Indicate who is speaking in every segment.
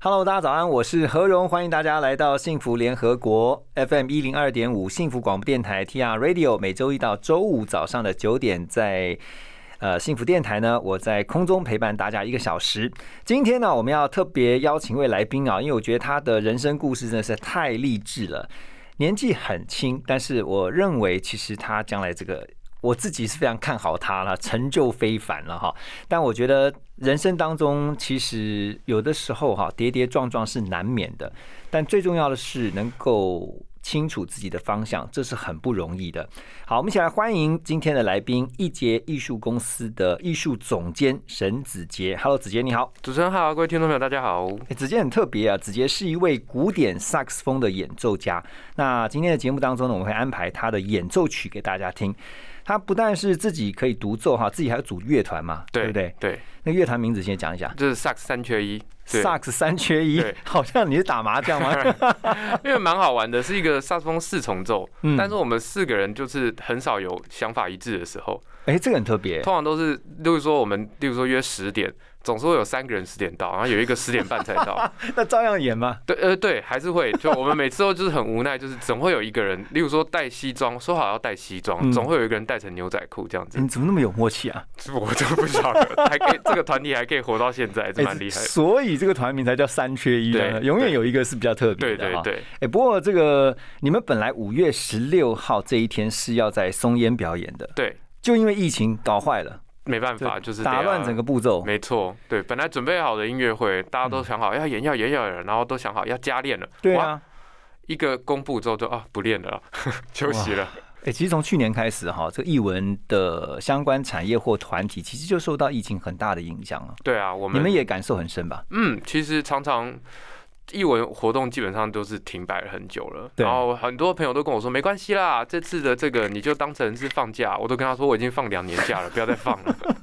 Speaker 1: Hello，大家早安，我是何荣，欢迎大家来到幸福联合国 FM 一零二点五幸福广播电台 TR Radio，每周一到周五早上的九点在。呃，幸福电台呢，我在空中陪伴大家一个小时。今天呢，我们要特别邀请一位来宾啊，因为我觉得他的人生故事真的是太励志了。年纪很轻，但是我认为其实他将来这个我自己是非常看好他了，成就非凡了哈。但我觉得人生当中其实有的时候哈跌跌撞撞是难免的，但最重要的是能够清楚自己的方向，这是很不容易的。好，我们一起来欢迎今天的来宾，一杰艺术公司的艺术总监沈子杰。Hello，子杰你好。
Speaker 2: 主持人好，各位听众朋友，大家好。
Speaker 1: 欸子杰很特别啊，子杰是一位古典萨克斯风的演奏家。那今天的节目当中呢，我们会安排他的演奏曲给大家听。他不但是自己可以独奏哈，自己还有组乐团嘛，对不对？
Speaker 2: 对，
Speaker 1: 那乐团名字先讲一下，
Speaker 2: 这是萨克斯三缺一，对
Speaker 1: 萨克斯三缺一
Speaker 2: 对，
Speaker 1: 好像你是打麻 将吗？
Speaker 2: 因为蛮好玩的，是一个萨克斯风四重奏，
Speaker 1: 嗯
Speaker 2: 但是我们四个人就是很少有想法一致的时候，
Speaker 1: 哎，这个很特别
Speaker 2: 通常都是，例如说我们，例如说约十点，总是会有三个人十点到，然后有一个十点半才 到，
Speaker 1: 那照样演吗？
Speaker 2: 对，呃，对，还是会，就我们每次都就是很无奈，就是总会有一个人，例如说带西装，说好要带西
Speaker 1: 嗯
Speaker 2: 装，总会有一个人带成牛仔裤这样子
Speaker 1: 你，怎么那么有默契啊？
Speaker 2: 我就不晓得，还可以这个团体还可以活到现在，这
Speaker 1: 哎
Speaker 2: 蛮厉害的。
Speaker 1: 所以这个团名才叫三缺一啊，
Speaker 2: 对
Speaker 1: 永远有一个是比较特别
Speaker 2: 对
Speaker 1: 的
Speaker 2: 对
Speaker 1: 哈。
Speaker 2: 对，
Speaker 1: 哎，不过这个你们本来五月十六号这一天是要在松烟表演的，
Speaker 2: 对，
Speaker 1: 就因为疫情搞坏了，
Speaker 2: 没办法，就是得
Speaker 1: 打乱
Speaker 2: 要
Speaker 1: 整个步骤。
Speaker 2: 没错，对，本来准备好的音乐会，大家都想好哎要演要演要演，然后都想好要加练了。
Speaker 1: 对
Speaker 2: 哇，
Speaker 1: 啊，
Speaker 2: 一个公布之后就啊不练了， 休息了。
Speaker 1: 哎，其实从去年开始哈，这个艺文的相关产业或团体，其实就受到疫情很大的影响了。
Speaker 2: 对啊，我
Speaker 1: 你
Speaker 2: 们
Speaker 1: 们也感受很深吧？
Speaker 2: 嗯，其实常常。艺文活动基本上都是停摆了很久了，
Speaker 1: 对
Speaker 2: 然后很多朋友都跟我说没关系啦，这次的这个你就当成是放假，我都跟他说我已经放两年假了，不要再放了。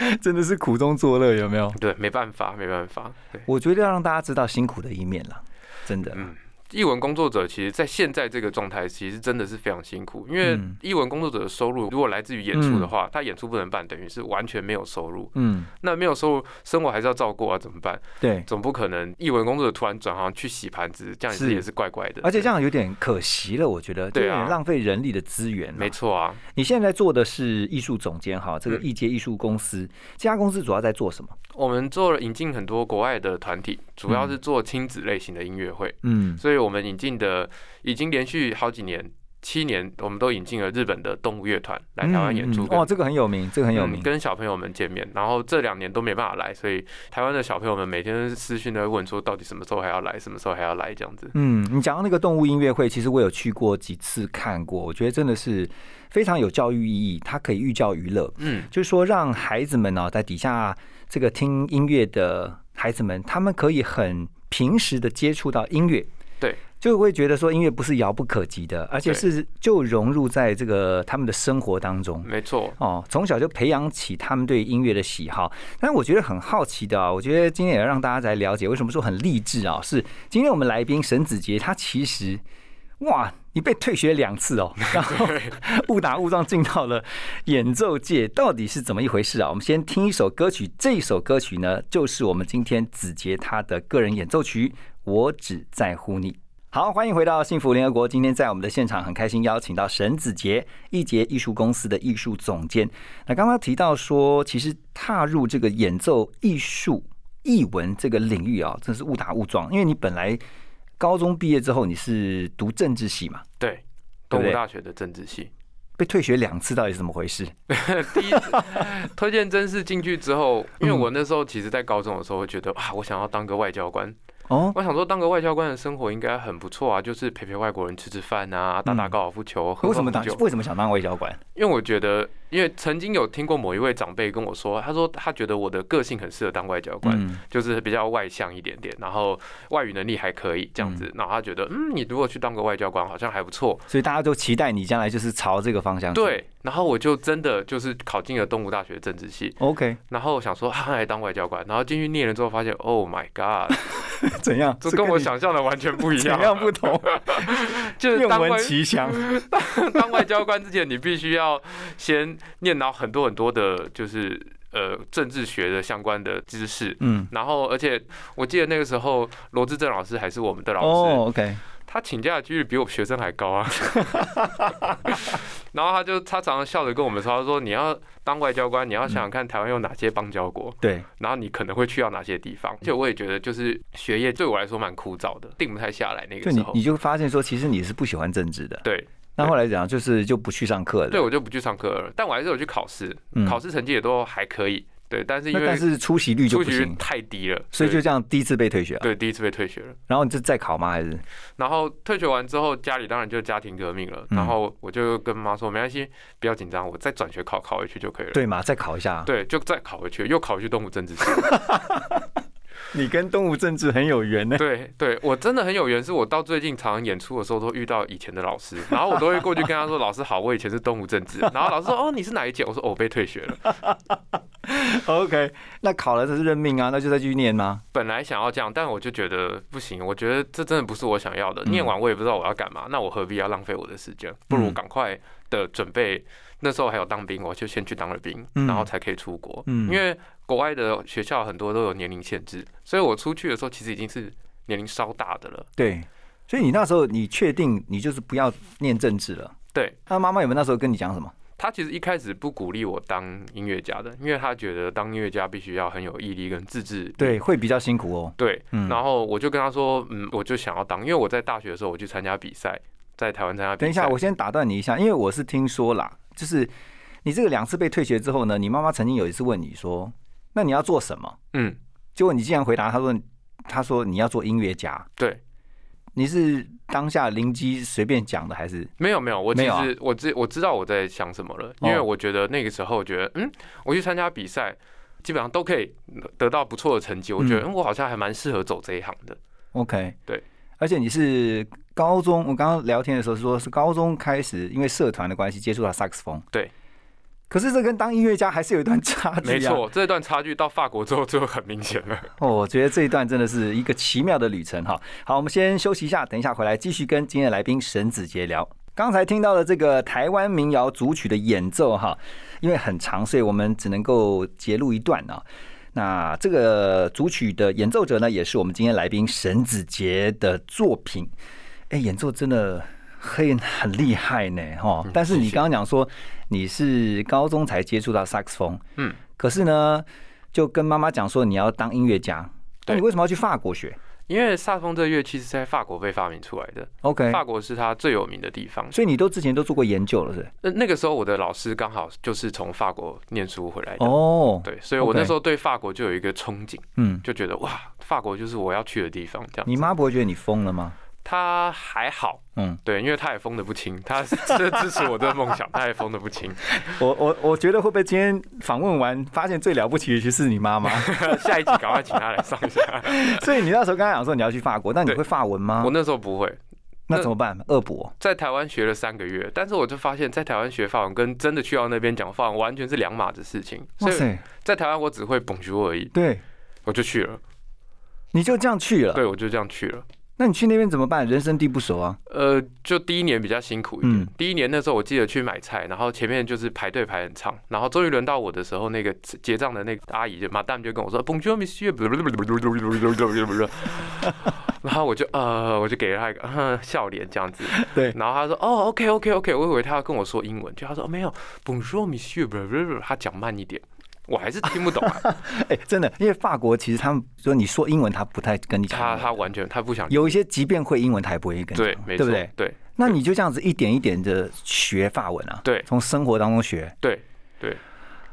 Speaker 2: 嗯
Speaker 1: 真的是苦中作乐，有没有？
Speaker 2: 对，没办法，没办法。对，
Speaker 1: 我觉得要让大家知道辛苦的一面了，真的。
Speaker 2: 嗯译文工作者其实，在现在这个状态，其实真的是非常辛苦，因为
Speaker 1: 嗯
Speaker 2: 译文工作者的收入如果来自于演出的话，他演出不能办，等于是完全没有收入。
Speaker 1: 嗯，
Speaker 2: 那没有收入，生活还是要照顾啊，怎么办？
Speaker 1: 对，
Speaker 2: 总不可能译文工作者突然转行去洗盘子，这样
Speaker 1: 是
Speaker 2: 子也是怪怪的。
Speaker 1: 而且这样有点可惜了，我觉得，就有
Speaker 2: 对啊
Speaker 1: 点浪费人力的资源啊。
Speaker 2: 没错啊，
Speaker 1: 你现在做的是艺术总监哈，这个
Speaker 2: 嗯
Speaker 1: 艺界艺术公司，这家公司主要在做什么？
Speaker 2: 我们做了引进很多国外的团体，主要是做亲子类型的音乐会，
Speaker 1: 嗯，
Speaker 2: 所以我们引进的已经连续好几年。七年，我们都引进了日本的动物乐团来台湾演出
Speaker 1: 嗯嗯
Speaker 2: 跟
Speaker 1: 哦，这个很有名，这个很有名
Speaker 2: 嗯。跟小朋友们见面，然后这两年都没办法来，所以台湾的小朋友们每天私讯都会问说，到底什么时候还要来，什么时候还要来这样子。
Speaker 1: 嗯，你讲到那个动物音乐会，其实我有去过几次看过，我觉得真的是非常有教育意义，它可以寓教于乐，
Speaker 2: 嗯，
Speaker 1: 就是说让孩子们呢、在底下这个听音乐的孩子们，他们可以很平时的接触到音乐，
Speaker 2: 对，
Speaker 1: 就会觉得说音乐不是遥不可及的，而且
Speaker 2: 对
Speaker 1: 是就融入在这个他们的生活当中。
Speaker 2: 没错，
Speaker 1: 哦，从小就培养起他们对音乐的喜好。但我觉得很好奇的啊，我觉得今天也要让大家来了解为什么说很励志啊，是今天我们来宾沈子杰，他其实哇，你被退学两次哦，然后误打误撞进到了演奏界，到底是怎么一回事啊？我们先听一首歌曲，这首歌曲呢，就是我们今天子杰他的个人演奏曲《我只在乎你》。好，欢迎回到幸福联合国。今天在我们的现场，很开心邀请到沈子杰，一杰艺术公司的艺术总监。那刚刚提到说，其实踏入这个演奏艺术、艺文这个领域啊，真是误打误撞，因为你本来高中毕业之后你是读政治系嘛，
Speaker 2: 对，
Speaker 1: 对不
Speaker 2: 东
Speaker 1: 对
Speaker 2: 吴大学的政治系。
Speaker 1: 被退学两次，到底是怎么回事？
Speaker 2: 第一次推荐真是进去之后，因为我那时候其实在高中的时候会觉得啊，我想要当个外交官，
Speaker 1: 哦，
Speaker 2: 我想说，当个外交官的生活应该很不错啊，就是陪陪外国人吃吃饭啊，打打高尔夫球，喝
Speaker 1: 嗯为
Speaker 2: 喝
Speaker 1: 什么
Speaker 2: 红
Speaker 1: 当
Speaker 2: 酒。
Speaker 1: 为什么想当外交官？
Speaker 2: 因为我觉得，因为曾经有听过某一位长辈跟我说，他说他觉得我的个性很适合当外交官，
Speaker 1: 嗯
Speaker 2: 就是比较外向一点点，然后外语能力还可以这样子。然后他觉得，嗯，你如果去当个外交官，好像还不错。
Speaker 1: 所以大家都期待你将来就是朝这个方向去。
Speaker 2: 对，然后我就真的就是考进了东吴大学政治系，
Speaker 1: ，OK，
Speaker 2: 然后想说他来当外交官，然后进去念了之后发现，Oh my God，
Speaker 1: 怎样？
Speaker 2: 这
Speaker 1: 是
Speaker 2: 跟我
Speaker 1: 你
Speaker 2: 想象的完全不一
Speaker 1: 怎
Speaker 2: 样，
Speaker 1: 样不同？
Speaker 2: 就是
Speaker 1: 愿
Speaker 2: 当外
Speaker 1: 闻其详。
Speaker 2: 当外交官之前，你必须要先念到很多很多的，就是呃政治学的相关的知识。
Speaker 1: 嗯，
Speaker 2: 然后，而且我记得那个时候罗志正老师还是我们 的老师，
Speaker 1: 哦，OK，
Speaker 2: 他请假的几率比我学生还高啊。 然后他就他常常笑着跟我们说，他说你要当外交官，你要想想看台湾有哪些邦交国，
Speaker 1: 对，
Speaker 2: 然后你可能会去到哪些地方。而且我也觉得，就是学业对我来说蛮枯燥的，定不太下来那
Speaker 1: 就
Speaker 2: 个时
Speaker 1: 你
Speaker 2: 候
Speaker 1: 你。就发现说，其实你是不喜欢政治的。
Speaker 2: 对，
Speaker 1: 那后来讲就是就不去上课
Speaker 2: 对
Speaker 1: 了。
Speaker 2: 我就不去上课了，但我还是有去考试，
Speaker 1: 嗯
Speaker 2: 考试成绩也都还可以。对，但是因
Speaker 1: 那
Speaker 2: 为
Speaker 1: 但是出席率就
Speaker 2: 出席
Speaker 1: 不
Speaker 2: 率
Speaker 1: 行，
Speaker 2: 太低了，
Speaker 1: 所以就
Speaker 2: 对
Speaker 1: 这样第一次被退学啊。
Speaker 2: 对第一次被退学了。
Speaker 1: 然后你就再考吗？还是
Speaker 2: 然后退学完之后，家里当然就家庭革命了。
Speaker 1: 嗯
Speaker 2: 然后我就跟妈说，没关系，不要紧张，我再转学考考回去就可以了。
Speaker 1: 对嘛？再考一下。
Speaker 2: 对，就再考回去，又考回去东吴政 治系。
Speaker 1: 你跟动物政治很有 缘呢。
Speaker 2: 对对，我真的很有缘，是我到最近常常演出的时候都遇到以前的老师，然后我都会过去跟他说：“老师好，我以前是东吴政治。”然后老师说：“哦，你是哪一届？”我说：“哦，我被退学了。
Speaker 1: OK，那考了这是认命啊，那就再继续念吗？”
Speaker 2: 本来想要这样，但我就觉得不行，我觉得这真的不是我想
Speaker 1: 嗯
Speaker 2: 要的。念完我也不知道我要干嘛，那我何必要浪费我的时间？不如
Speaker 1: 嗯
Speaker 2: 赶快的准备。那时候还有当兵，我就先去当了兵，
Speaker 1: 嗯
Speaker 2: 然后才可以出国。
Speaker 1: 嗯
Speaker 2: 因为国外的学校很多都有年龄限制，所以我出去的时候其实已经是年龄稍大的了。
Speaker 1: 对，所以你那时候你确定你就是不要念政治了？
Speaker 2: 对，
Speaker 1: 那妈妈有没有那时候跟你讲什么？
Speaker 2: 他其实一开始不鼓励我当音乐家的，因为他觉得当音乐家必须要很有毅力跟自制力。
Speaker 1: 对，会比较辛苦哦。
Speaker 2: 对，
Speaker 1: 嗯
Speaker 2: 然后我就跟他说，嗯，我就想要当，因为我在大学的时候我去参加比赛，在台湾参加比赛。
Speaker 1: 等一下，我先打断你一下，因为我是听说啦，就是你这个两次被退学之后呢，你妈妈曾经有一次问你说，那你要做什么？
Speaker 2: 嗯，
Speaker 1: 结果你竟然回答她说，她说你要做音乐家。
Speaker 2: 对，
Speaker 1: 你是当下灵机随便讲的，还是
Speaker 2: 没有没有，我其
Speaker 1: 没
Speaker 2: 实、
Speaker 1: 有啊
Speaker 2: 我知我知道我在想什么了，因为
Speaker 1: 哦
Speaker 2: 我觉得那个时候我觉得，嗯，我去参加比赛，基本上都可以得到不错的成绩，我觉得、
Speaker 1: 嗯
Speaker 2: 嗯、我好像还蛮适合走这一行的。
Speaker 1: OK？
Speaker 2: 对，
Speaker 1: 而且你是高中，我刚刚聊天的时候说是高中开始，因为社团的关系接触到萨克斯风。
Speaker 2: 对。
Speaker 1: 可是这跟当音乐家还是有一段差距、啊。
Speaker 2: 没错，这段差距到法国之后就很明显了。
Speaker 1: 哦，我觉得这一段真的是一个奇妙的旅程哈。好，我们先休息一下，等一下回来继续跟今天的来宾沈子杰聊。刚才听到了这个台湾民谣组曲的演奏哈，因为很长，所以我们只能够截录一段啊。那这个组曲的演奏者呢，也是我们今天来宾沈子杰的作品。哎，演奏真的很很厉害呢哈。但是你刚刚讲说你是高中才接触到萨克斯风，
Speaker 2: 嗯，
Speaker 1: 可是呢，就跟妈妈讲说你要当音乐家，那
Speaker 2: 对
Speaker 1: 你为什么要去法国学
Speaker 2: 因为萨克斯风这个乐器是在法国被发明出来的，
Speaker 1: ？OK，
Speaker 2: 法国是它最有名的地方。
Speaker 1: 所以你都之前都做过研究了，是不是？
Speaker 2: 那那个时候我的老师刚好就是从法国念书回来的，
Speaker 1: 哦，
Speaker 2: 对，所以我
Speaker 1: OK
Speaker 2: 那时候对法国就有一个憧憬，
Speaker 1: 嗯，
Speaker 2: 就觉得哇，法国就是我要去的地方。这样子，
Speaker 1: 你妈不会觉得你疯了吗？
Speaker 2: 她还好，
Speaker 1: 嗯，
Speaker 2: 对，因为她也疯的不轻， 她这支持我的梦想，她也疯的不轻。
Speaker 1: 我我我觉得会不会今天访问完发现最了不起的其实是你妈妈？
Speaker 2: 下一集赶快请她来上一下。
Speaker 1: 所以你那时候刚才讲说你要去法国，那你
Speaker 2: 对
Speaker 1: 会法文吗
Speaker 2: 我？那时候不会，
Speaker 1: 那怎么办？恶补哦
Speaker 2: 在台湾学了三个月，但是我就发现，在台湾学法文跟真的去到那边讲法文完全是两码子事情。
Speaker 1: 哦？哇
Speaker 2: 所以
Speaker 1: 塞，
Speaker 2: 在台湾我只会蹦球而已，
Speaker 1: 对，
Speaker 2: 我就去了，
Speaker 1: 你就这样去了。
Speaker 2: 对我就这样去了。
Speaker 1: 那你去那边怎么办？人生地不熟啊。
Speaker 2: 呃，就第一年比较辛苦一点。
Speaker 1: 嗯
Speaker 2: 第一年那时候我记得去买菜，然后前面就是排队排很长，然后终于轮到我的时候，那个结账的那个阿姨就马蛋就跟我说 “Bonjour, monsieur”，然 后我就呃，我就给了她一个、呃、笑脸这样子。
Speaker 1: 对
Speaker 2: 然后她说：“哦，OK, OK, OK。”我以为她要跟我说英文，就她说、哦没有 “Bonjour, monsieur”，她讲慢一点。我还是听不懂啊，
Speaker 1: 哎，真的，因为法国其实他们说你说英文，他不太跟你讲英
Speaker 2: 她
Speaker 1: 文。
Speaker 2: 她完全她不想
Speaker 1: 有一些即便会英文，他也不会跟你
Speaker 2: 对，
Speaker 1: 讲，
Speaker 2: 没
Speaker 1: 对
Speaker 2: 错，
Speaker 1: 不对？
Speaker 2: 对
Speaker 1: 那你就这样子一点一点的学法文啊，
Speaker 2: 对
Speaker 1: 从生活当中学。
Speaker 2: 对对，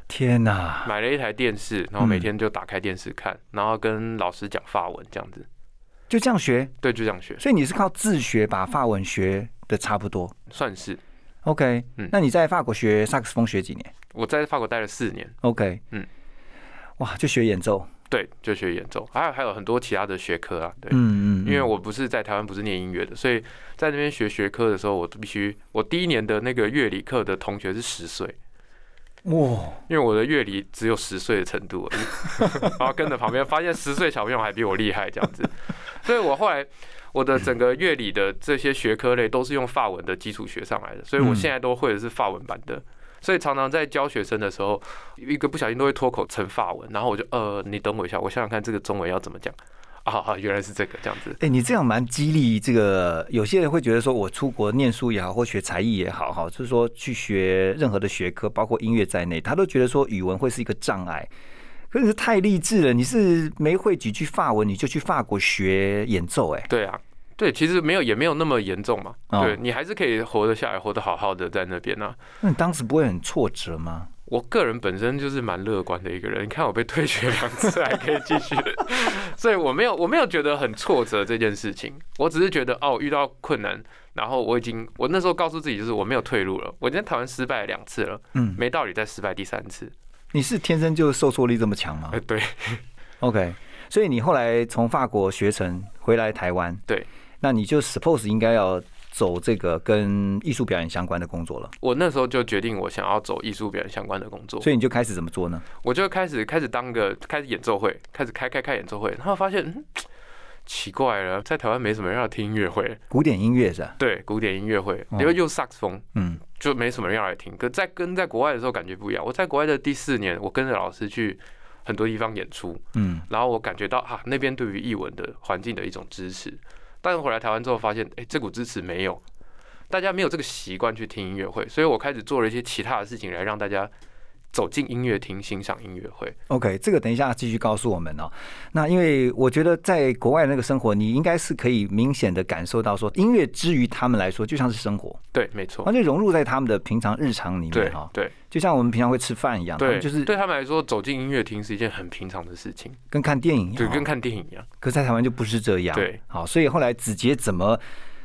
Speaker 1: 天哪，嗯
Speaker 2: 买了一台电视，然后每天就打开电视看，然后跟老师讲法文这样子。
Speaker 1: 就这样学，
Speaker 2: 对，就这样学，
Speaker 1: 所以你是靠自学把法文学的差不多。
Speaker 2: 算是
Speaker 1: OK，、
Speaker 2: 嗯
Speaker 1: 那你在法国学萨克斯风学几年
Speaker 2: 我在法国待了四年，
Speaker 1: ？OK，
Speaker 2: 嗯，
Speaker 1: 哇，就学演奏，
Speaker 2: 对，就学演奏，还有还有很多其他的学科啊，对，
Speaker 1: 嗯嗯，
Speaker 2: 因为我不是在台湾不是念音乐的，所以在那边学学科的时候，我必须我第一年的那个乐理课的同学是十岁，
Speaker 1: 哇，
Speaker 2: 因为我的乐理只有十岁的程度而已，然后跟着旁边发现十岁小朋友还比我厉害这样子，所以我后来我的整个乐理的这些学科类都是用法文的基础学上来的，所以我现在都会的是法文版的。所以常常在教学生的时候，一个不小心都会脱口成法文，然后我就呃，你等我一下，我想想看这个中文要怎么讲啊，好原来是这个这样子，
Speaker 1: 哎、你这样蛮激励这个，有些人会觉得说，我出国念书也好，或学才艺也好，哈，就是说去学任何的学科，包括音乐在内，他都觉得说语文会是一个障碍。可是太励志了，你是没会几句法文，你就去法国学演奏、哎，
Speaker 2: 对啊，对，其实没有也没有那么严重嘛，
Speaker 1: 哦
Speaker 2: 对你还是可以活得下来，活得好好的在那边啊。
Speaker 1: 那你当时不会很挫折吗？
Speaker 2: 我个人本身就是蛮乐观的一个人，你看我被退学两次还可以继续，所以我没有我没有觉得很挫折这件事情，我只是觉得哦遇到困难，然后我已经我那时候告诉自己就是我没有退路了，我今天台湾失败了两次了，
Speaker 1: 嗯
Speaker 2: 没道理再失败第三次，
Speaker 1: 你是天生就受挫力这么强吗
Speaker 2: 呃 对
Speaker 1: ？OK，所以你后来从法国学成回来台湾，
Speaker 2: 对，
Speaker 1: 那你就 suppose 应该要走这个跟艺术表演相关的工作了，
Speaker 2: 我那时候就决定我想要走艺术表演相关的工作，
Speaker 1: 所以你就开始怎么做呢？
Speaker 2: 我就开始开始当个开始演奏会，开始开开开演奏会，然后发现嗯奇怪了，在台湾没什么人要听音乐会，
Speaker 1: 古典音乐是吧？
Speaker 2: 对古典音乐会，
Speaker 1: 哦
Speaker 2: 因为用萨克斯风。
Speaker 1: 嗯，
Speaker 2: 就没什么人要来听。可在跟在国外的时候感觉不一样。我在国外的第四年，我跟着老师去很多地方演出，
Speaker 1: 嗯
Speaker 2: 然后我感觉到啊，那边对于译文的环境的一种支持。但是回来台湾之后发现，哎、这股支持没有，大家没有这个习惯去听音乐会，所以我开始做了一些其他的事情来让大家走进音乐厅欣赏音乐会。
Speaker 1: ，OK，这个等一下继续告诉我们哦。那因为我觉得在国外那个生活，你应该是可以明显的感受到说，音乐之于他们来说就像是生活，
Speaker 2: 对，没错
Speaker 1: 完。全融入在他们的平常日常里
Speaker 2: 哦对
Speaker 1: 面哈、
Speaker 2: 对
Speaker 1: 就像我们平常会吃饭一样，他
Speaker 2: 对，
Speaker 1: 们就是
Speaker 2: 对他们来说，走进音乐厅是一件很平常的事情，
Speaker 1: 跟看电影一
Speaker 2: 就
Speaker 1: 样
Speaker 2: 跟
Speaker 1: 哦。
Speaker 2: 看电影一样。
Speaker 1: 可在台湾就不是这样，
Speaker 2: 对，
Speaker 1: 好，所以后来子杰怎么？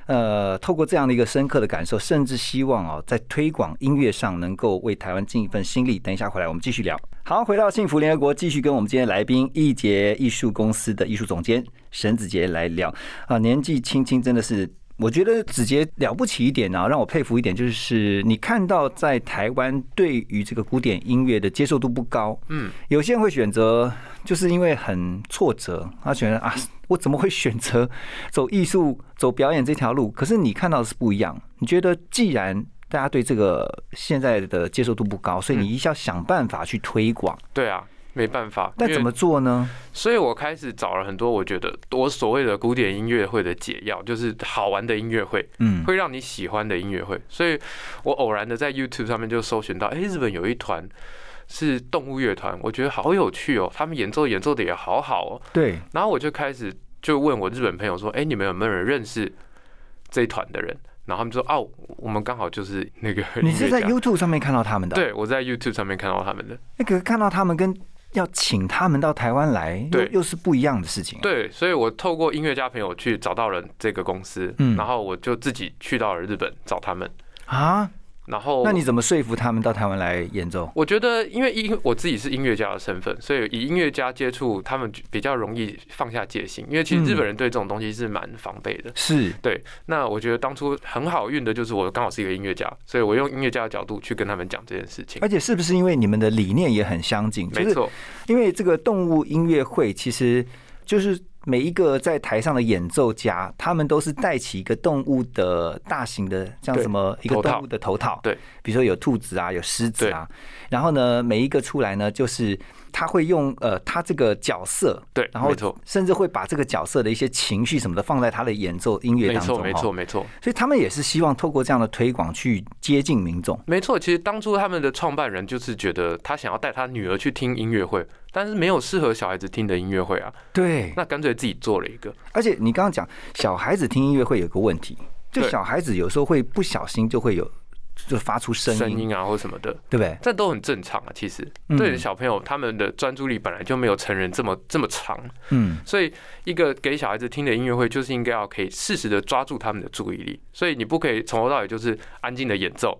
Speaker 1: 呃，透过这样的一个深刻的感受，甚至希望哦，在推广音乐上能够为台湾尽一份心力。等一下回来我们继续聊。好，回到幸福联合国，继续跟我们今天来宾易杰艺术公司的艺术总监沈子杰来聊啊，年纪轻轻真的是。我觉得子杰了不起一点啊，让我佩服一点，就是你看到在台湾对于这个古典音乐的接受度不高，
Speaker 2: 嗯，
Speaker 1: 有些人会选择，就是因为很挫折，他觉得啊，我怎么会选择 走艺术、走表演这条路？可是你看到的是不一样，你觉得既然大家对这个现在的接受度不高，所以你一定要想办法去推广。
Speaker 2: 对啊，没办法。
Speaker 1: 但
Speaker 2: 因为
Speaker 1: 怎么做呢？
Speaker 2: 所以我开始找了很多我觉得我所谓的古典音乐会的解药，就是好玩的音乐会，
Speaker 1: 嗯
Speaker 2: 会让你喜欢的音乐会。所以我偶然的在 YouTube 上面就搜寻到，诶，日本有一团是动物乐团，我觉得好有趣哦，他们演奏演奏的也好好哦。
Speaker 1: 对，
Speaker 2: 然后我就开始就问我日本朋友说，诶，你们有没有人认识这一团的人？然后他们说，哦、我们刚好就是那个
Speaker 1: 你是在
Speaker 2: 音乐家
Speaker 1: YouTube 上面看到他们的，，
Speaker 2: 对我在 YouTube 上面看到他们的，
Speaker 1: 那个看到他们跟要请他们到台湾来，又
Speaker 2: 对
Speaker 1: 又是不一样的事情。，啊
Speaker 2: 对，所以我透过音乐家朋友去找到了这个公司，
Speaker 1: 嗯
Speaker 2: 然后我就自己去到了日本找他们，
Speaker 1: 啊，
Speaker 2: 然后
Speaker 1: 那你怎么说服他们到台湾来演奏？
Speaker 2: 我觉得，因为音我自己是音乐家的身份，所以以音乐家接触他们比较容易放下戒心，因为其实
Speaker 1: 嗯
Speaker 2: 日本人对这种东西是蛮防备的。
Speaker 1: 是，
Speaker 2: 对，那我觉得当初很好运的就是我刚好是一个音乐家，所以我用音乐家的角度去跟他们讲这件事情。
Speaker 1: 而且是不是因为你们的理念也很相近？哎就
Speaker 2: 没
Speaker 1: 是
Speaker 2: 错，
Speaker 1: 因为这个动物音乐会其实就是每一个在台上的演奏家，他们都是带起一个动物的大型的，像
Speaker 2: 对
Speaker 1: 什么一个
Speaker 2: 头套
Speaker 1: 动物的头套，
Speaker 2: 对，
Speaker 1: 比如说有兔子啊，有狮子啊，然后呢，每一个出来呢，就是他会用呃他这个角色，
Speaker 2: 对
Speaker 1: 然后
Speaker 2: 没错
Speaker 1: 甚至会把这个角色的一些情绪什么的放在他的演奏音乐
Speaker 2: 没
Speaker 1: 当中，
Speaker 2: 错，没
Speaker 1: 哈
Speaker 2: 错，，没错。
Speaker 1: 所以他们也是希望透过这样的推广去接近民众，
Speaker 2: 没错，其实当初他们的创办人就是觉得他想要带他女儿去听音乐会，但是没有适合小孩子听的音乐会啊，
Speaker 1: 对
Speaker 2: 那干脆自己做了一个。
Speaker 1: 而且你刚刚讲小孩子听音乐会有个问题，就
Speaker 2: 对
Speaker 1: 小孩子有时候会不小心就会有就发出声
Speaker 2: 声
Speaker 1: 音，
Speaker 2: 音啊或什么的，
Speaker 1: 对不对？
Speaker 2: 这都很正常啊。其实
Speaker 1: 嗯
Speaker 2: 对小朋友他们的专注力本来就没有成人这么这么长，
Speaker 1: 嗯
Speaker 2: 所以一个给小孩子听的音乐会就是应该要可以适时的抓住他们的注意力，所以你不可以从头到尾就是安静的演奏，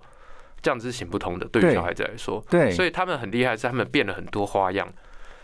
Speaker 2: 这样子是行不通的。对
Speaker 1: 对
Speaker 2: 于小孩子来说，
Speaker 1: 对
Speaker 2: 所以他们很厉害，是他们变了很多花样，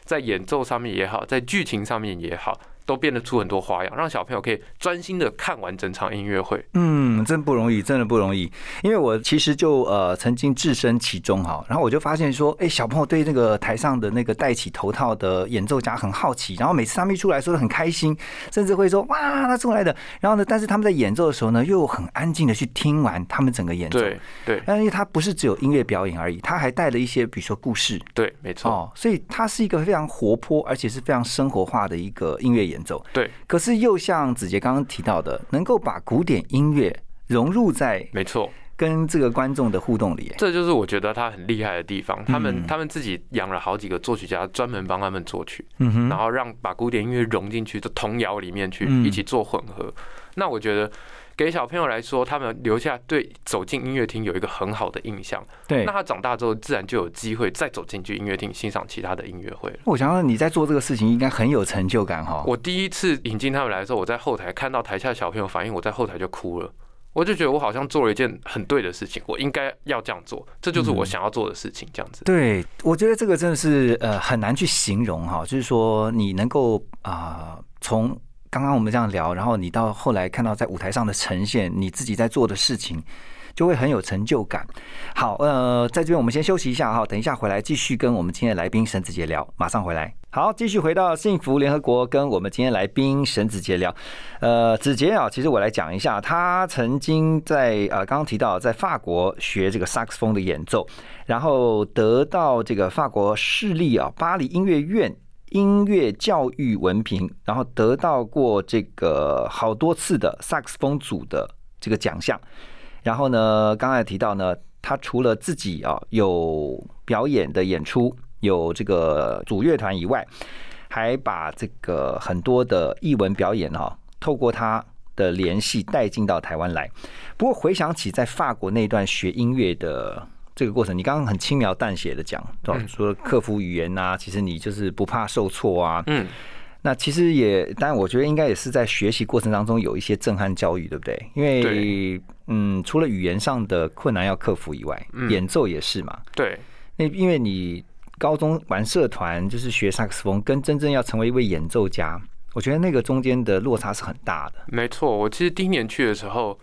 Speaker 2: 在演奏上面也好，在剧情上面也好，都变得出很多花样，让小朋友可以专心的看完整场音乐会。
Speaker 1: 嗯，真不容易，真的不容易。因为我其实就呃曾经置身其中哈，然后我就发现说，哎、小朋友对那个台上的那个戴起头套的演奏家很好奇，然后每次他们一出来说的很开心，甚至会说哇他出来的，然后呢，但是他们在演奏的时候呢，又很安静的去听完他们整个演奏。
Speaker 2: 对对
Speaker 1: 但因为它不是只有音乐表演而已，它还带了一些，比如说故事
Speaker 2: 对，没错。
Speaker 1: 哦，所以它是一个非常活泼，而且是非常生活化的一个音乐演奏。
Speaker 2: 对，
Speaker 1: 可是又像子杰刚刚提到的，能够把古典音乐融入在
Speaker 2: 没错，
Speaker 1: 跟这个观众的互动里耶，
Speaker 2: 这就是我觉得他很厉害的地方。他
Speaker 1: 嗯
Speaker 2: 们他们自己养了好几个作曲家，专门帮他们作曲。
Speaker 1: 嗯
Speaker 2: 然
Speaker 1: 哼，
Speaker 2: 后让把古典音乐融进去，就童谣里面去
Speaker 1: 嗯
Speaker 2: 一起做混合。那我觉得给小朋友来说，他们留下对走进音乐厅有一个很好的印象。
Speaker 1: 对
Speaker 2: 那。他长大之后，自然就有机会再走进去音乐厅欣赏其他的音乐会了。
Speaker 1: 我想到你在做这个事情应该很有成就感哈、哦。
Speaker 2: 我第一次引进他们来的时候，我在后台看到台下小朋友反应，我在后台就哭了。我就觉得我好像做了一件很对的事情，我应该要这样做，这就是我想要做的事情，这样子。
Speaker 1: 对，我觉得这个真的是呃很难去形容哈，就是说你能够啊、从刚刚我们这样聊，然后你到后来看到在舞台上的呈现，你自己在做的事情。就会很有成就感。好，呃，在这边我们先休息一下哈，等一下回来继续跟我们今天的来宾沈子杰聊，马上回来。好，继续回到幸福联合国，跟我们今天来宾沈子杰聊。呃，子杰啊，其实我来讲一下，他曾经在呃刚刚提到在法国学这个萨克斯风的演奏，然后得到这个法国市立啊巴黎音乐院音乐教育文凭，然后得到过这个好多次的萨克斯风组的这个奖项。然后呢，刚才也提到呢，他除了自己啊有表演的演出，有这个主乐团以外，还把这个很多的艺文表演哈、透过他的联系带进到台湾来。不过回想起在法国那段学音乐的这个过程，你刚刚很轻描淡写的讲，哦
Speaker 2: 嗯
Speaker 1: 说克服语言呐、其实你就是不怕受挫啊。
Speaker 2: 嗯，
Speaker 1: 那其实也，但我觉得应该也是在学习过程当中有一些震撼教育，对不对？因为
Speaker 2: 对
Speaker 1: 嗯，除了语言上的困难要克服以外，
Speaker 2: 嗯
Speaker 1: 演奏也是嘛。
Speaker 2: 对，
Speaker 1: 那因为你高中玩社团就是学萨克斯风，跟真正要成为一位演奏家，我觉得那个中间的落差是很大的。
Speaker 2: 没错，我其实第一年去的时候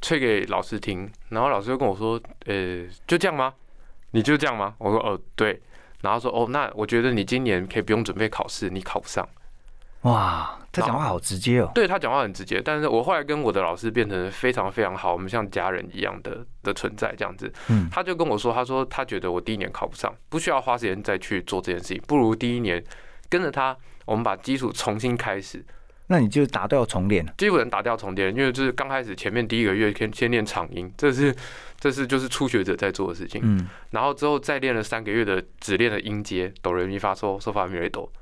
Speaker 2: 吹给老师听，然后老师就跟我说：“呃，就这样吗？你就这样吗？”我说：“哦，对。”然后说：“哦，那我觉得你今年可以不用准备考试，你考不上。
Speaker 1: 哇，他讲话好直接哦”。
Speaker 2: 对他讲话很直接，但是我后来跟我的老师变成非常非常好，我们像家人一样的的存在这样子。
Speaker 1: 嗯
Speaker 2: 他就跟我说：“他说他觉得我第一年考不上，不需要花时间再去做这件事情，不如第一年跟着他，我们把基础重新开始。”
Speaker 1: 那你就打掉重练了。
Speaker 2: 基本打掉重叠，因为就是刚开始前面第一个月先先练长音，这是这是就是初学者在做的事情。
Speaker 1: 嗯，
Speaker 2: 然后之后再练了三个月的只练了音阶，哆来咪发嗦嗦发咪来哆，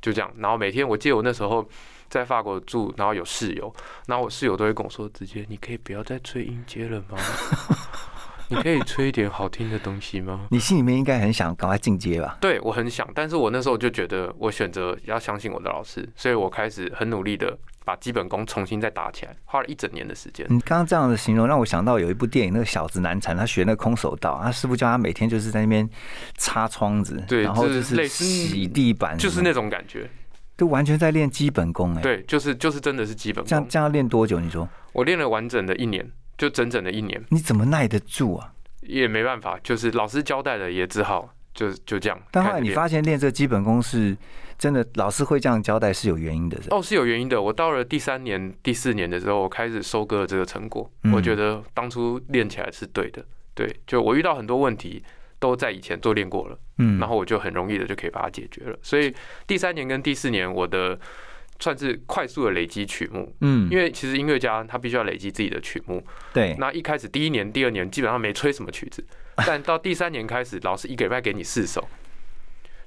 Speaker 2: 就这样。然后每天我记得我那时候在法国住，然后有室友，然后我室友都会跟我说：“直接你可以不要再吹音阶了吗？ 你可以吹一点好听的东西吗？”
Speaker 1: 你心里面应该很想赶快进阶吧？
Speaker 2: 对我很想，但是我那时候就觉得我选择要相信我的老师，所以我开始很努力的把基本功重新再打起来，花了一整年的时间。
Speaker 1: 你刚刚这样的形容让我想到有一部电影，那个小子难缠，他学那个空手道，他师傅教他每天就是在那边擦窗子，
Speaker 2: 对
Speaker 1: 然后
Speaker 2: 就是
Speaker 1: 是
Speaker 2: 类似
Speaker 1: 洗地板什
Speaker 2: 就
Speaker 1: 么的，
Speaker 2: 是那种感觉，
Speaker 1: 都完全在练基本功哎、，
Speaker 2: 对，就是就是真的是基本
Speaker 1: 这样
Speaker 2: 功。
Speaker 1: 这样要练多久？你说
Speaker 2: 我练了完整的一年，就整整的一年，
Speaker 1: 你怎么耐得住啊？
Speaker 2: 也没办法，就是老师交代了，也只好就就这样。
Speaker 1: 但后
Speaker 2: 开
Speaker 1: 来
Speaker 2: 始
Speaker 1: 你
Speaker 2: 练
Speaker 1: 发现练这个基本功是真的，老师会这样交代是有原因的，是吧
Speaker 2: 哦，是有原因的。我到了第三年、第四年的时候，我开始收割了这个成果。
Speaker 1: 嗯
Speaker 2: 我觉得当初练起来是对的，对，就我遇到很多问题都在以前做练过了。
Speaker 1: 嗯，
Speaker 2: 然后我就很容易的就可以把它解决了。所以第三年跟第四年，我的算是快速的累积曲目，
Speaker 1: 嗯，
Speaker 2: 因为其实音乐家他必须要累积自己的曲目。
Speaker 1: 对，
Speaker 2: 那一开始第一年、第二年基本上没吹什么曲 子，但到第三年开始，老师一个礼拜给你四首。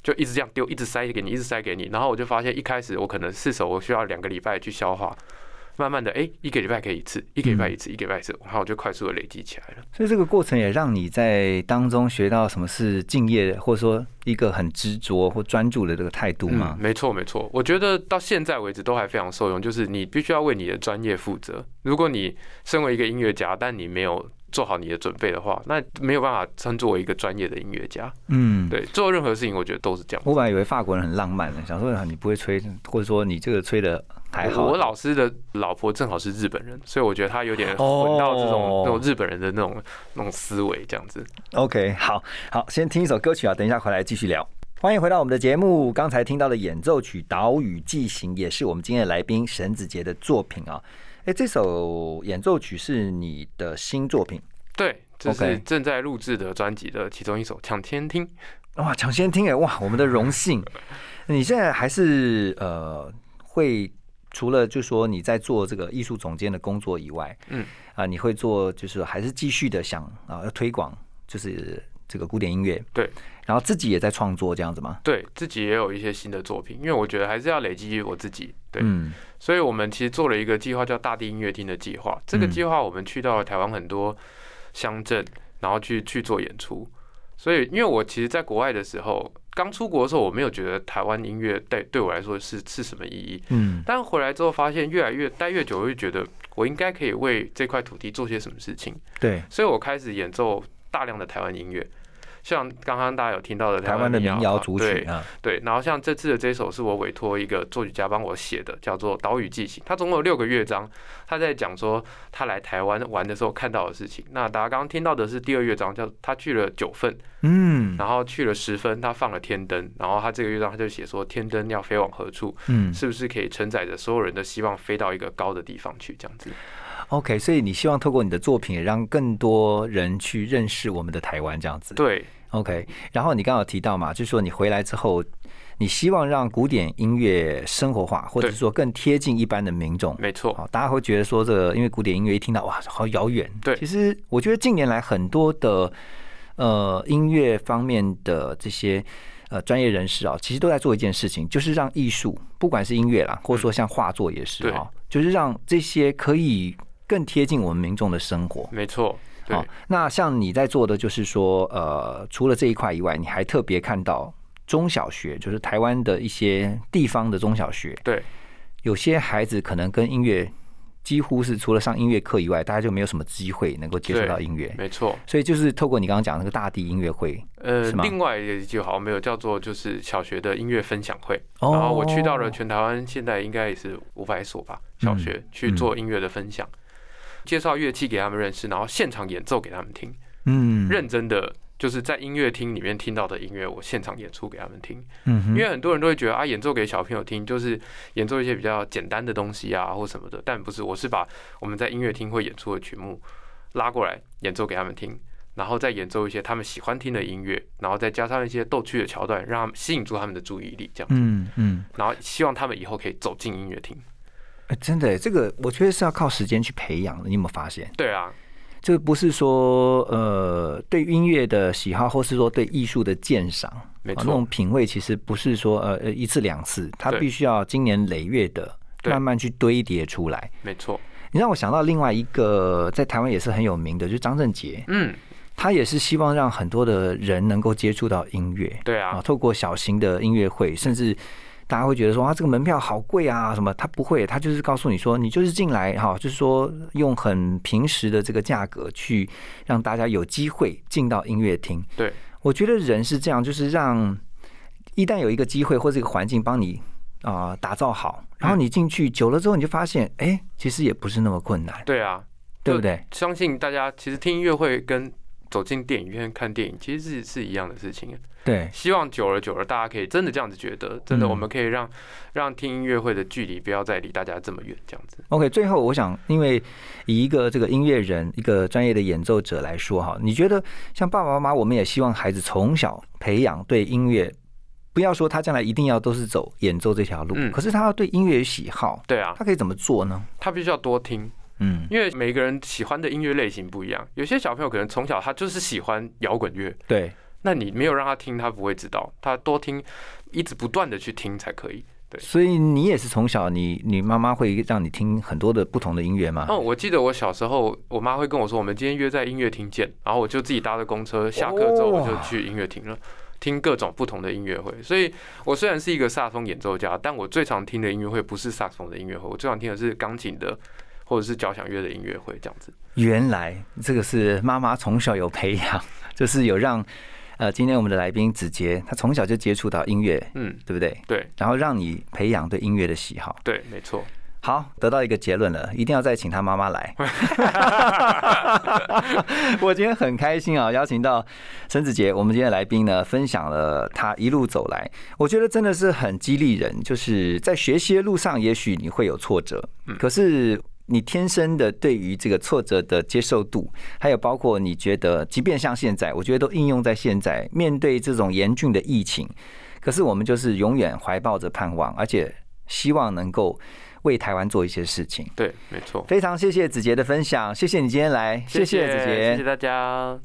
Speaker 2: 就一直这样丢，一直塞给你，一直塞给你，然后我就发现一开始我可能四首我需要两个礼拜去消化，慢慢的，哎、一个礼拜可以一次，一个礼
Speaker 1: 嗯
Speaker 2: 拜一次，一个礼拜一次，然后我就快速的累积起来了。
Speaker 1: 所以这个过程也让你在当中学到什么是敬业，或者说一个很执着或专注的这个态度吗？
Speaker 2: 嗯没错没错，我觉得到现在为止都还非常受用，就是你必须要为你的专业负责。如果你身为一个音乐家，但你没有做好你的准备的话，那没有办法称作为一个专业的音乐家。
Speaker 1: 嗯，。
Speaker 2: 对，做任何事情我觉得都是这样。
Speaker 1: 我本来以为法国人很浪漫的，想说啊你不会吹，或者说你这个吹的还好。
Speaker 2: 我老师的老婆正好是日本人，所以我觉得他有点混到这种、
Speaker 1: 哦
Speaker 2: 那种日本人的那种那种思维这样子。
Speaker 1: OK，好好，先听一首歌曲啊，等一下回来继续聊。欢迎回到我们的节目，刚才听到的演奏曲《岛屿纪行》也是我们今天的来宾沈子杰的作品啊。哎，这首演奏曲是你的新作品
Speaker 2: 对，这是
Speaker 1: OK
Speaker 2: 正在录制的专辑的其中一首《抢先听》。
Speaker 1: 哇，抢先听哎哇，我们的荣幸。你现在还是呃会除了就说你在做这个艺术总监的工作以外，
Speaker 2: 嗯
Speaker 1: 啊，你会做就是还是继续的想啊要推广就是这个古典音乐，
Speaker 2: 对，
Speaker 1: 然后自己也在创作这样子吗？
Speaker 2: 对自己也有一些新的作品，因为我觉得还是要累积我自己。对，
Speaker 1: 嗯。
Speaker 2: 所以我们其实做了一个计划叫“大地音乐厅”的计划。这个
Speaker 1: 嗯
Speaker 2: 计划我们去到了台湾很多乡镇，然后去去做演出。所以，因为我其实在国外的时候，刚出国的时候，我没有觉得台湾音乐对对我来说是是什么意义。
Speaker 1: 嗯
Speaker 2: 但回来之后，发现越来越待越久，我就觉得我应该可以为这块土地做些什么事情。，
Speaker 1: 对，
Speaker 2: 所以我开始演奏大量的台湾音乐，像刚刚大家有听到的
Speaker 1: 台湾的民
Speaker 2: 谣
Speaker 1: 谣
Speaker 2: 嘛
Speaker 1: 组
Speaker 2: 对
Speaker 1: 曲啊，
Speaker 2: 对，然后像这次的这首是我委托一个作曲家帮我写的，叫做《岛屿记行》，它总共有六个乐章，他在讲说他来台湾玩的时候看到的事情。那大家刚刚听到的是第二乐章，叫他去了九份，
Speaker 1: 嗯
Speaker 2: 然后去了十分，他放了天灯，然后他这个乐章他就写说天灯要飞往何处，
Speaker 1: 嗯
Speaker 2: 是不是可以承载着所有人的希望飞到一个高的地方去？这样子，
Speaker 1: ，OK，所以你希望透过你的作品，也让更多人去认识我们的台湾这样子。
Speaker 2: 对，
Speaker 1: OK，然后你刚刚有提到嘛，就是说你回来之后，你希望让古典音乐生活化，或者
Speaker 2: 对
Speaker 1: 说更贴近一般的民众。
Speaker 2: 没错。
Speaker 1: 好，大家会觉得说这个，因为古典音乐一听到哇，好遥远。
Speaker 2: 对
Speaker 1: 其实我觉得近年来很多的呃音乐方面的这些呃专业人士啊，其实都在做一件事情，就是让艺术，不管是音乐啦，或者说像画作也是
Speaker 2: 嗯对
Speaker 1: 啊，就是让这些可以更贴近我们民众的生活。
Speaker 2: 没错，对
Speaker 1: 好，那像你在做的就是说，呃，除了这一块以外，你还特别看到中小学，就是台湾的一些地方的中小学，
Speaker 2: 对，
Speaker 1: 有些孩子可能跟音乐几乎是除了上音乐课以外，大家就没有什么机会能够接触
Speaker 2: 对
Speaker 1: 到音乐，
Speaker 2: 没错。
Speaker 1: 所以就是透过你刚刚讲的那个大地音乐会，
Speaker 2: 呃，
Speaker 1: 是吗
Speaker 2: 另外一句好像没有叫做就是小学的音乐分享会，
Speaker 1: 哦
Speaker 2: 然后我去到了全台湾，现在应该也是五百所吧，小学、去做音乐的分享，介绍乐器给他们认识，然后现场演奏给他们听，
Speaker 1: 嗯，
Speaker 2: 认真的。就是在音乐厅里面听到的音乐，我现场演出给他们听，
Speaker 1: 嗯哼
Speaker 2: 因为很多人都会觉得啊，演奏给小朋友听就是演奏一些比较简单的东西啊，或什么的，但不是，我是把我们在音乐厅会演出的曲目拉过来演奏给他们听，然后再演奏一些他们喜欢听的音乐，然后再加上一些逗趣的桥段，让他们吸引住他们的注意力，这样子，
Speaker 1: 嗯嗯、
Speaker 2: 然后希望他们以后可以走进音乐厅。
Speaker 1: 哎真的耶，这个我觉得是要靠时间去培养的，你有没有发现？
Speaker 2: 对啊，
Speaker 1: 这不是说呃对音乐的喜好，或是说对艺术的鉴赏，
Speaker 2: 没
Speaker 1: 啊
Speaker 2: 错
Speaker 1: 那种品味其实不是说呃呃一次两次，它
Speaker 2: 对
Speaker 1: 必须要经年累月的
Speaker 2: 对
Speaker 1: 慢慢去堆叠出来。
Speaker 2: 没错，
Speaker 1: 你让我想到另外一个在台湾也是很有名的，就是张振杰，
Speaker 2: 嗯，
Speaker 1: 他也是希望让很多的人能够接触到音乐，
Speaker 2: 对啊嗯
Speaker 1: 透过小型的音乐会，甚至。大家会觉得说啊，这个门票好贵啊，什么？他不会，他就是告诉你说，你就是进来哈，就是说用很平时的这个价格去让大家有机会进到音乐厅。
Speaker 2: 对，
Speaker 1: 我觉得人是这样，就是让一旦有一个机会或这个环境帮你啊、打造好，
Speaker 2: 嗯
Speaker 1: 然后你进去久了之后，你就发现，哎、其实也不是那么困难，
Speaker 2: 对啊，
Speaker 1: 对不对？
Speaker 2: 相信大家其实听音乐会跟走进电影院看电影其实是是一样的事情。啊
Speaker 1: 对，
Speaker 2: 希望久了久了，大家可以真的这样子觉得，真的我们可以让让听音乐会的距离不要再离大家这么远，这样子。
Speaker 1: OK，最后我想，因为以一个这个音乐人、一个专业的演奏者来说哈，你觉得像爸爸妈妈，我们也希望孩子从小培养对音乐，不要说他将来一定要都是走演奏这条路，
Speaker 2: 嗯
Speaker 1: 可是他要对音乐有喜好，
Speaker 2: 对啊
Speaker 1: 他，可以怎么做呢？
Speaker 2: 他必须要多听，
Speaker 1: 嗯，
Speaker 2: 因为每个人喜欢的音乐类型不一样。有些小朋友可能从小他就是喜欢摇滚乐，
Speaker 1: 对，
Speaker 2: 那你没有让他听，他不会知道。他多听，一直不断的去听才可以。对
Speaker 1: 所以你也是从小你你妈妈会让你听很多的不同的音乐吗？
Speaker 2: 哦，我记得我小时候，我妈会跟我说，我们今天约在音乐厅见，然后我就自己搭着公车，下课之后我就去音乐厅了。听各种不同的音乐会，所以我虽然是一个萨克斯风演奏家，但我最常听的音乐会不是萨克斯风的音乐会，我最常听的是钢琴的或者是交响乐的音乐会这样子。
Speaker 1: 原来这个是妈妈从小有培养，就是有让呃，今天我们的来宾子杰，他从小就接触到音乐，
Speaker 2: 嗯，
Speaker 1: 对不对？
Speaker 2: 对
Speaker 1: 然后让你培养对音乐的喜好。
Speaker 2: 对，没错。
Speaker 1: 好，得到一个结论了，一定要再请他妈妈来。我今天很开心啊，邀请到沈子杰，我们今天的来宾呢，分享了他一路走来，我觉得真的是很激励人。就是在学习的路上，也许你会有挫折，可是你天生的对于这个挫折的接受度，还有包括你觉得，即便像现在，我觉得都应用在现在，面对这种严峻的疫情，可是我们就是永远怀抱着盼望，而且希望能够为台湾做一些事情。
Speaker 2: 对，没错。
Speaker 1: 非常谢谢子杰的分享，谢谢你今天来，谢
Speaker 2: 谢
Speaker 1: 子杰，
Speaker 2: 谢谢大家。